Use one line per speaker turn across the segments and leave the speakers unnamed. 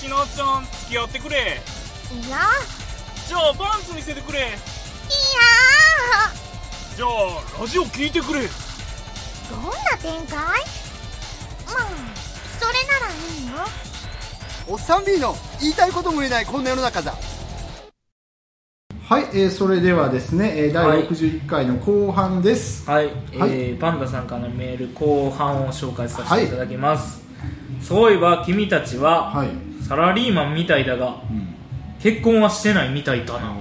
きのおっちゃん付き合ってくれ
いや
じゃあパンツ見せてくれ
い
じゃあラジオ聞いてくれ
やーどんな展開まあそれならいいよ
おっさん B の言いたいことも言えないこんな世の中だはい、えー、それではですね、えー、
は
第
い
61回の後半です、
はい、
はい
えーパンダさんからのメール後半を紹介させていただきます、そういえば君たちは、
はい
サラリーマンみたいだが
うん
結婚はしてないみたいだな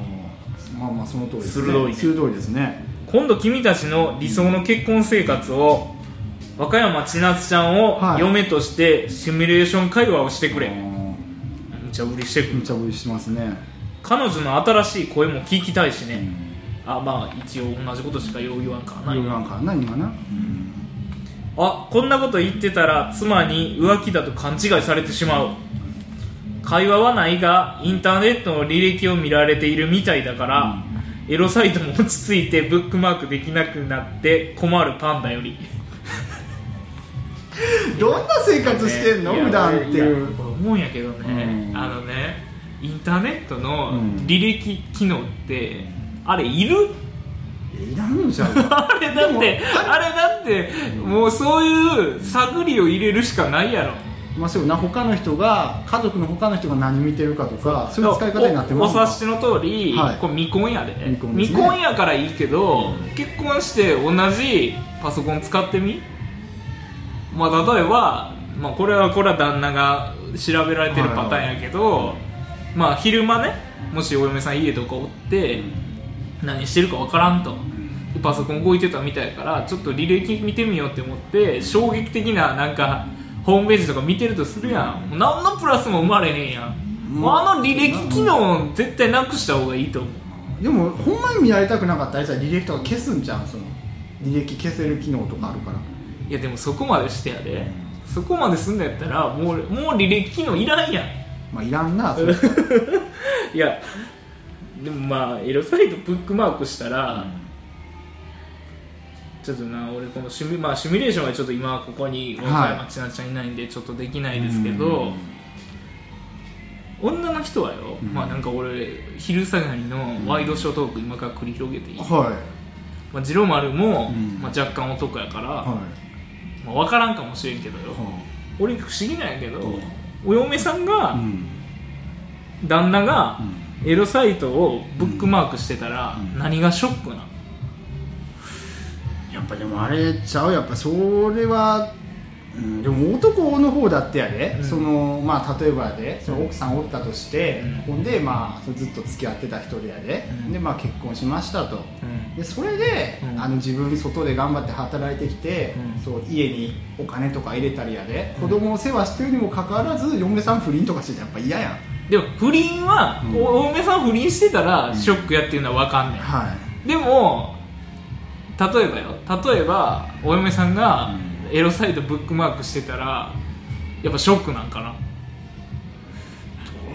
まあまあその通りですね
鋭いね
鋭いですね
今度君たちの理想の結婚生活を和歌山千夏ちゃんを
はい
嫁としてシミュレーション会話をしてく
あ
れ
ー
むちゃぶりしてく
む
る
ちゃぶりしてますね、
彼女の新しい声も聞きたいし
う
ね、
ん、
あまあ一応同じことしかよう言わんからな
言わんからな今な、
あこんなこと言ってたら妻に浮気だと勘違いされてしまう会話はないがインターネットの履歴を見られているみたいだから、エロサイトも落ち着いてブックマークできなくなって困るパンダより
どんな生活してんの、
いや
普段ってい
いや
う
俺思うんやけどね、
うん
あのねインターネット
う
の
ん
履歴機能って、あれいる
いらんじゃん
あれだっ
で
てあれだってもうそういう探りを入れるしかないやろ
まあそうよな他の人が家族の他の人が何見てるかとか そういう使い方になって
おお
ます
察しの通り、
はい
これ未婚やで
未婚です
未
ね
婚やからいいけど、結婚して同じパソコン使ってみまあ例えば、まあ、これはこれは旦那が調べられてるパターンやけど、まあ昼間ねもしお嫁さん家とかおって、何してるかわからんと、でパソコン動いてたみたいやからちょっと履歴見てみようって思って衝撃的ななんかホームページとか見てるとするやん、もう何のプラスも生まれへんやん、もうあの履歴機能絶対なくした方がいいと思う
でもほんまに見られたくなかったらじゃあ履歴とか消すんじゃんその履歴消せる機能とかあるから
いやでもそこまでしてやでそこまですんのやったらもうもう履歴機能いらんやん
まあいらんな それ
いやでもまあエロサイトブックマークしたら、ちょっとな俺このシミ,、まあ、シミュレーションはちょっと今ここに
はい
和歌山千奈ちゃんいないんでちょっとできないですけど、女の人はよ、まあなんか俺昼下がりのワイドショートーク今から繰り広げていい、
は
まあ、ジロ丸も、
うん
まあ、若干男やから、
いは
まあ、分からんかもしれんけどよ、
いは
俺不思議なんやけど、
うん
お嫁さんが、
あうん
旦那が
う
エロサイトをブックマークしてたら
うん
何がショックなの
やっぱでもあれちゃうやっぱそれは、うん、でも男の方だってやで、
うん
そのまあ例えばやでその奥さんおったとして、
うん
ほんでまあずっと付き合ってた人でやで、
うん
でまあ結婚しましたと
うん
でそれで、
うん
あの自分外で頑張って働いてきて、
うん
そう家にお金とか入れたりやで、子供を世話してるにもかかわらず嫁さん不倫とかしてたらやっぱ嫌やん
でも不倫は、
うん
おお嫁さん不倫してたらショックやっていうのは分かんねん
はい
でも例えばよ例えばお嫁さんがエロサイトブックマークしてたらやっぱショックなんかな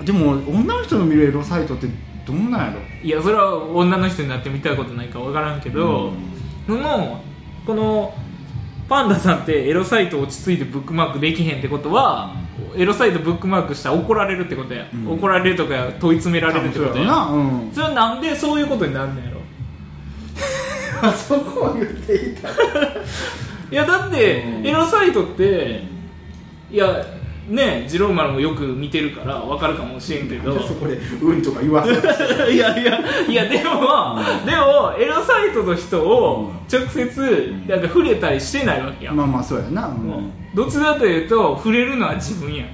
でも女の人の見るエロサイトってどんなんやろ
いやそれは女の人になってみたいことないから分からんけど、そのこのパンダさんってエロサイト落ち着いてブックマークできへんってことはエロサイトブックマークしたら怒られるってことや、
うん
怒られるとかや問い詰められるってこと
そうやろ
や
な うん
それはなんでそういうことになんのやろ
あそこを言っていた
いやだって
うん
エロサイトっていやねえ二郎丸もよく見てるから分かるかもしれんけど
そこで「うん」とか言わせて
いやいやいやでも、でもエロサイトの人を直接なんか触れたりしてないわけや、
まあまあそうやな、うん
どっちだというと触れるのは自分やん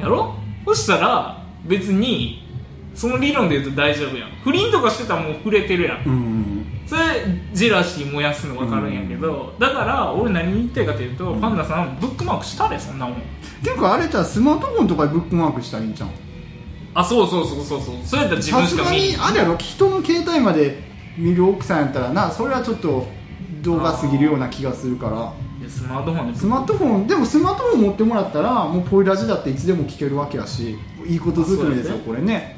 やろそしたら別にその理論で言うと大丈夫やん不倫とかしてたらもう触れてるやん
うん
それジェラシー燃やすの分かるんやけど、だから俺何言いたいかというと、パンダさんブックマークしたれそんなもん
っていうかあれじゃあスマートフォンとかでブックマークしたらいいんじゃん
あそうそうそうそうそうそうやったら自
さ
分
す
しか
が
見えへん
にあれやろ人の携帯まで見る奥さんやったらなそれはちょっと動画すぎるような気がするから
いやスマートフォンで
スマートフォンでもスマートフォン持ってもらったらもうポイラジだっていつでも聞けるわけやしいいことずくめです
あ
よ
そうや
こ
ね
れね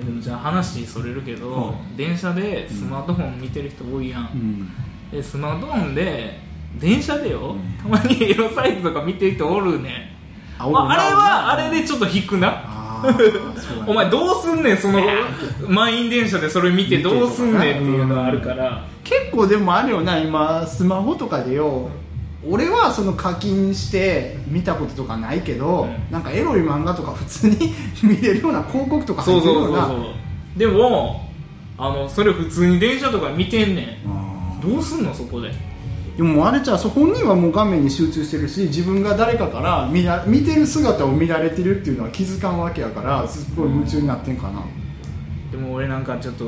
えでもじゃあ話それるけど、
は
電車でスマートフォン見てる人多いやん、
ん
でスマートフォンで電車でよ、たまにエロサイトとか見てる人おるねん
青
ああれはあれ
で
でちょっと引くな
あー そうなんだ
お前どうすんねんその満員電車でそれ見てどうすんねんっていうのがあるから
結構でもあるよな今スマホとかでよ俺はその課金して見たこととかないけど、
うん
なんかエロい漫画とか普通に見れるような広告とか入
そ
っ
う
てる
そう
よ
そうう
な
そうでもあのそれ普通に電車とか見てんね
あ
んどうすんのそこで
ーでもあれじゃあそ本人はもう画面に集中してるし自分が誰かから見ら見てる姿を見られてるっていうのは気づかんわけやからすっごい夢中になってんかな、
でも俺なんかちょっと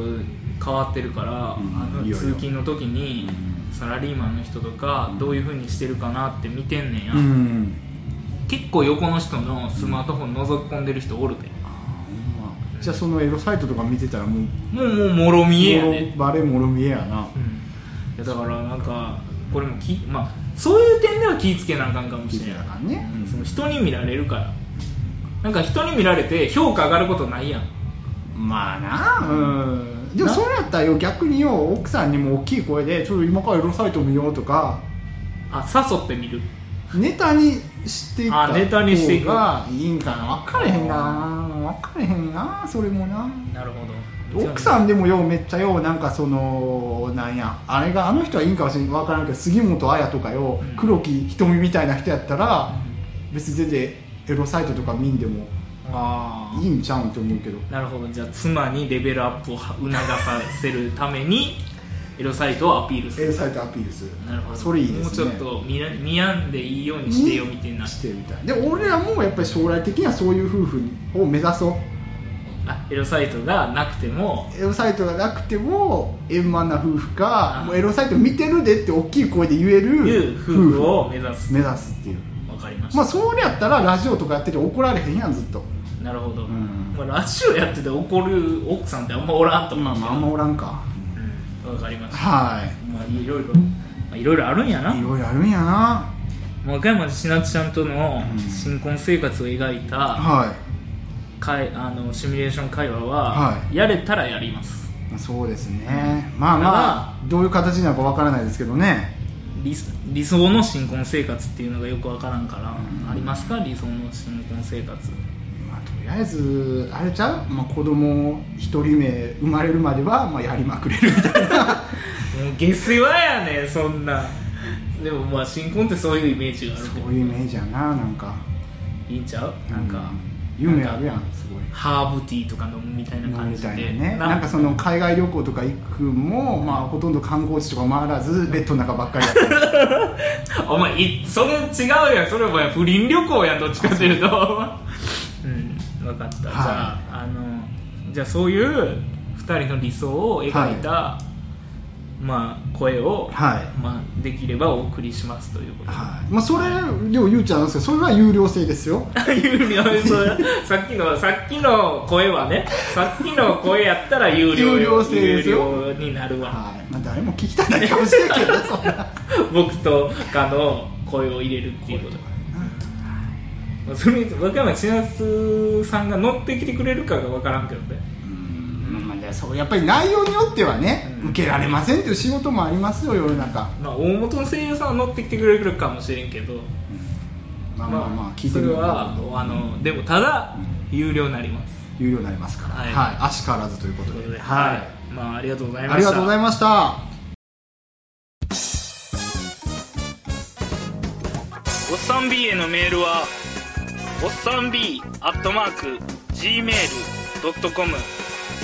変わってるから、あの
いいよいいよ
通勤の時にサラリーマンの人とかどういう風にしてるかなって見てんねんや、
うん
結構横の人のスマートフォン覗き込んでる人おるで
あーほんまじゃあそのエロサイトとか見てたらもう
もうもうもろ見えや
も
で、
ろバレもろ見えやな
うん、いやだからなんかこれもき、まあ、そういう点では気ぃつけなあかんかもしれない
気ぃつけなあかんねうん
その人に見られるからなんか人に見られて評価上がることないやん
まあなうんでもそうやったらよ逆によ奥さんにも大きい声で「ちょっと今からエロサイト見よう」とか
あ誘ってみる
ネタにしていった
あネタにしていく
方がいいんかな分かれへんな分かれへんなそれもな
なるほど
奥
ん
さんでもようめっちゃようなんかそのなんやあれがあの人はいいんかもしれん分からんけど杉本彩とかよ
うん
黒木瞳みたいな人やったら別に全然エロサイトとか見んでも
あ
いいんちゃうんって思うけど
あなるほどじゃあ妻にレベルアップを促させるため にエロサイトをアピールす
エ
る
ロサイトアピールする
なるほど
それいいですね
もうちょっと見や見やんでいいようにしてよみたいな
してみたいで俺らもやっぱり将来的にはそういう夫婦を目指そう
あエロサイトがなくても
エロサイトがなくても円満な夫婦か
あ
もうエロサイト見てるでって大きい声で言え
いう
る
夫婦を目指す
目指すっていう
わかりました、
まあそうやったらラジオとかやってて怒られへんやんずっと
なるほど、
ん
まあ、ラジオやってて怒る奥さんってあんまおらんと思
まあ
う
まああんまおらんか
わかりました
は
まあいろいろ、まあ、いろいろあるんやない
いろいろあるんやな
もう岡山千夏ちゃんとの
うん
新婚生活を描いた
は
会あのシミュレーション会話は、
は
やれたらやります
いそうですねまあまあどういう形になるかわからないですけどね
理理想の新婚生活っていうのがよくわからんから、ありますか理想の新婚生活
まあ、とりあえずあれちゃう、まあ、子供一人目生まれるまでは、まあ、やりまくれるみたい な
もう下世話やねんそんなでもまあ新婚ってそういうイメージがあるけ
そ
ど
ういうイメージやななんか
いいんちゃうなんか、
うん夢あるやんすごい
ハーブティーとか飲むみたいな感
み
じ
たい
で
なねなんかその海外旅行とか行くも、まあ、ほとんど観光地とか回らずベッドの中ばっかり やった
お前いそれ違うやんそれお前不倫旅行やんどっちかって いうとうん分かった、じゃああのじゃあそういう2人の理想を描いた、まあ声を、
はい
まあ、できればお送りしますということで
はい、まあ、それでもゆうちゃんなんですけどそれは有料制ですよ
有料そうやさっきのさっきの声はねさっきの声やったら 有料よ
有料制ですよ
有料になるわ
はい、まあ、誰も聞きたないかもしれんけどそんな
僕とかの声を入れるっていうことそれ和歌山千夏さんが乗ってきてくれるかが分からんけどね
うんまあまあじゃあそうやっぱり内容によってはね、
うん
受けられませんっていう仕事もありますよ世の中
まあ大元の声優さんは乗ってきてくれるかもしれんけど
まあまあまあ聞いて
そ
み
れ
ようかな
はあのでもただ有料になります
有料になりますから、
は
はいい、あしからずということ
という
で、
ことで
はい、
はいまあありがとうございました
ありがとうございました。
おっさん B へのメールはおっさん B アットマーク Gmail.com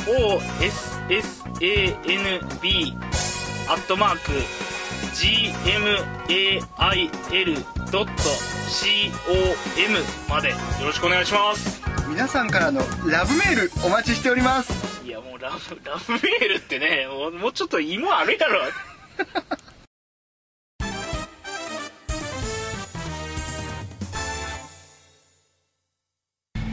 OSSANB アットマーク GMAIL.com までよろしくお願いします
皆さんからのラブメールお待ちしております。
いやもうラブラブメールってねもうもうちょっと芋あるやろ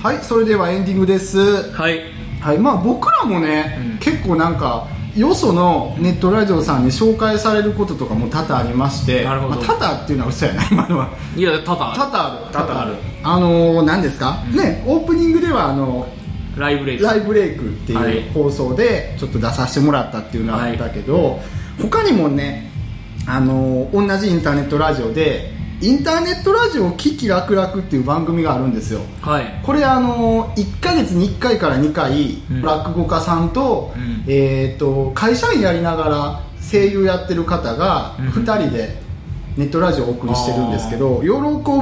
はい、それではエンディングです。
はい
はい、まあ僕らもね、
うん
結構なんか。よそのネットラジオさんに紹介されることとかも多々ありまして
なるほど
まあ、多々っていうのは嘘やな 今のはい
やただ
多々ある
多々ある
あのー、何ですか、ねオープニングではあの
ライブレイス
ライブレイクって
はいいう
放送でちょっと出させてもらったっていうのはあったけど、他にもねあの同じインターネットラジオで「インターネットラジオ「キキラクラク」っていう番組があるんですよ
はい
これあの1か月に1回から2回、
うん
落語家さんと,、
うん
えー、と会社員やりながら声優やってる方が
うん
2人でネットラジオをお送りしてるんですけど「喜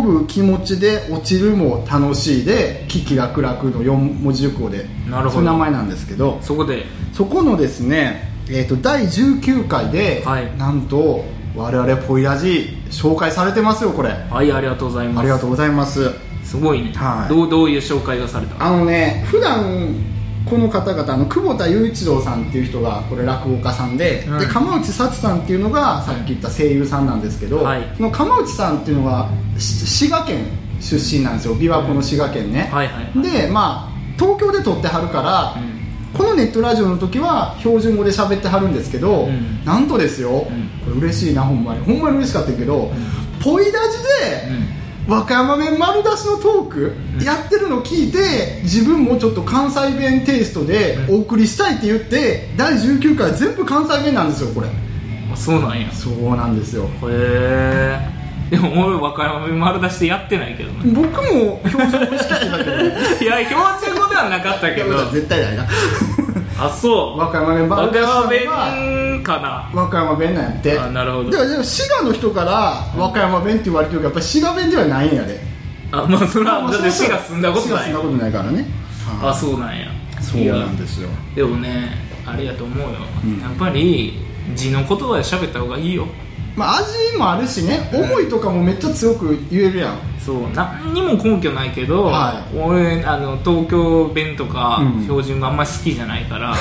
ぶ気持ちで落ちるも楽しい」で「キキラクラク」の4文字熟語で
なるほど
そういう名前なんですけど
そこで
そこのですね、えー、と第19回で、
はい
なんと我々ポイラジ紹介されてますよこれあ
はいありがとうございます
りがとうございます
すごいね、
はい
どうどういう紹介がされた
あのね普段この方々あの久保田雄一郎さんっていう人がこれ落語家さんで,、
うん
で釜内幸さんっていうのがさっき言った声優さんなんですけど、
はい
その釜内さんっていうのはし滋賀県出身なんですよ琵琶湖の滋賀県ね、
はいはいはい
でまあ東京で撮ってはるから、
うん
このネットラジオの時は標準語で喋ってはるんですけど、
うん
なんとですよ、
ん
これ嬉しいなほんまにほんまに嬉しかったけど、ポイラジで、和歌山弁丸出しのトークやってるの聞いて自分もちょっと関西弁テイストでお送りしたいって言って第19回全部関西弁なんですよこれ
あそうなんやへ
そうなんですよ
えでも俺和歌山弁丸出してやってないけど ね
僕も標準語意識してたけど
いや標準語ではなかったけど
絶対 ないな
あそう
和歌山弁
和
丸
歌
出し
山
のが
弁かな
和歌山弁なんやって
あなるほど
だからでも滋賀の人から和歌山弁って言われてるけどやっぱり滋賀弁ではないんやで
あ まあそれはだって市が住んだこと
滋賀
な
住
い
んだことないからねはい
あそうなんや
そうなんですすよ
でもねあれやと思うよ、
うん
やっぱり字の言葉で喋った方がいいよ
まあ味もあるしね思いとかもめっちゃ強く言えるやん
そう何にも根拠ないけど、
は
俺あの東京弁とか
うん
標準があんまり好きじゃない から、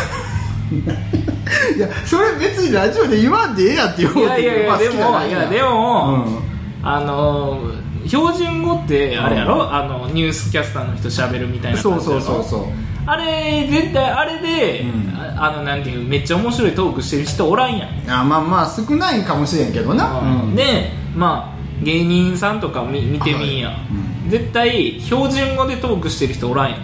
いやそれ別にラジオで言わんでええやって言う
いやいやいやでもいやでも、
うん
あの標準語ってあれやろ、あのニュースキャスターの人喋るみたいな
そ
感
う
じや
そ
ろ
うそうそう
あれ絶対あれで、
うん
ああのなんていうめっちゃ面白いトークしてる人おらんやん
あまあまあ少ないんかもしれんけどな、うん
でまあ芸人さんとか見見てみんや、
はい
絶対標準語でトークしてる人おらんやん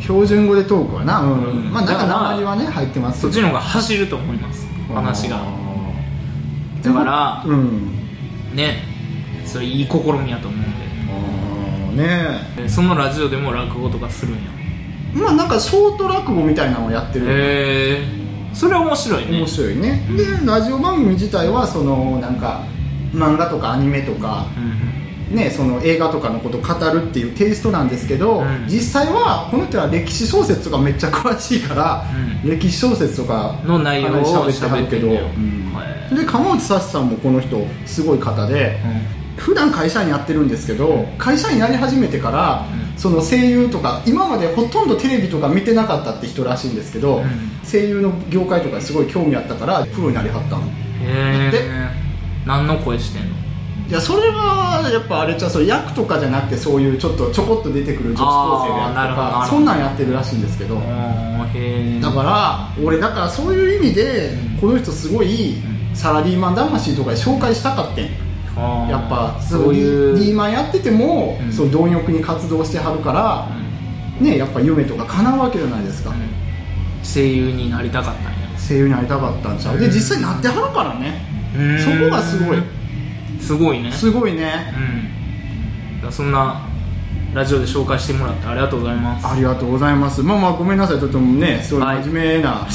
標準語でトークはな、うん
うん
まあなんか
だから
鉛はね入ってます
そっちの方が走ると思います話が
あー
だから
うん
ねそれいい試みやと思うん
あーね
ででそのラジオでも落語とかするんや
えまあなんかショート落語みたいなのをやってる、
へえそれは面白いね
面白いねでラジオ番組自体はそのなんか漫画とかアニメとか、
うん
ね、その映画とかのことを語るっていうテイストなんですけど、
うん
実際はこの人は歴史小説とかめっちゃ詳しいから、
う
歴史小説とか
の内容を
かなりはるけど
喋ってんだよ
うん
へ
で鴨内幸さんもこの人すごい方で、普段会社員やってるんですけど会社員やり始めてから、
うん
その声優とか今までほとんどテレビとか見てなかったって人らしいんですけど、
うん
声優の業界とかにすごい興味あったからプロになりはったの
へ
で
え何の声してんの
いやそれはやっぱあれちゃうそれ役とかじゃなくてそういうちょっとちょこっと出てくる女子高生でや
あーな
と
るほどなるほ
か
ど
そんなんやってるらしいんですけど
あーへえ
だから俺だからそういう意味で
うん
この人すごいサラリーマン魂とかで紹介したかってん
あー
やっぱ
そういう
リーマンやってても、
うん
そう貪欲に活動してはるから、ねやっぱ夢とか叶うわけじゃないですか、
うん声優になりたかったんや
声優になりたかったんちゃうで実際なってはるから
うん
ねそこがすごい
すごいね
すごいうね
んだからそんなラジオで紹介してもらってありがとうございます
ありがとうございますまあまあごめんなさいとてもねそういう
はい
真面目な、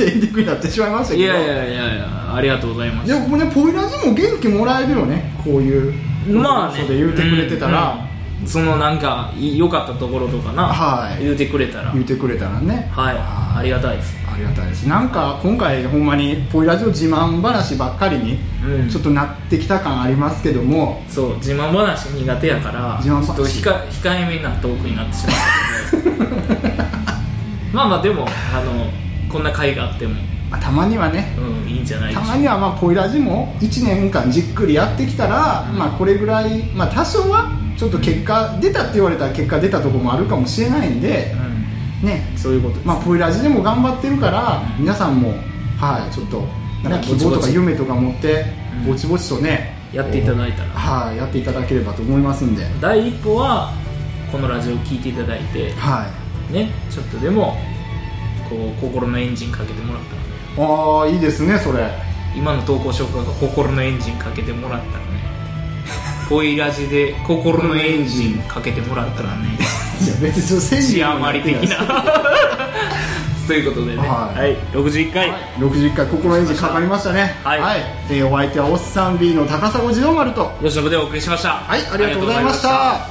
エンディングになってしまいましたけ
い
ど
やいやいやいやありがとうございます
でもねポイラジも元気もらえるよねこういう
まあね
そうで言うてくれてたら、
うんうんそのなんかい良かったところとかな、
はい
言うてくれたら
言うてくれたらね
はい
あ
ありがたいです
ありがたいですなんか今回ほんまにポイラジオ自慢話ばっかりに
うん
ちょっとなってきた感ありますけども、
そう自慢話苦手やから
自慢話
ちょっとひか控えめなトークになってしま うまあまあでもあのこんな回があっても、
まあたまにはね
うん、いいんじゃないでしたょう
まにはまあポイラジも1年間じっくりやってきたら、
うん
まあこれぐらい、まあ、多少はちょっと結果出たって言われたら結果出たとこもあるかもしれないんで、ね
そういうこと
まあポイラジでも頑張ってるから
うん
皆さんもはいちょっとなんか希
ぼちぼ
望
ち
とか夢とか持って
うん
ぼちぼちとね
やっていただいたら
はいやっていただければと思いますんで
第一歩はこのラジオを聞いていただいて
はい
ねちょっとでもこう心のエンジンかけてもらったらね
ああいいですねそれ
今の投稿紹介が心のエンジンかけてもらったらねポイラジで心のエンジンかけてもらったらね
いや別にその戦
字余り的な ということでね
は
はいい、61回、
60回心のエンジンかかりましたね
はい
でお相手はおっさん B の高砂児童丸と
吉野部でお送りしました
はいありがとうございました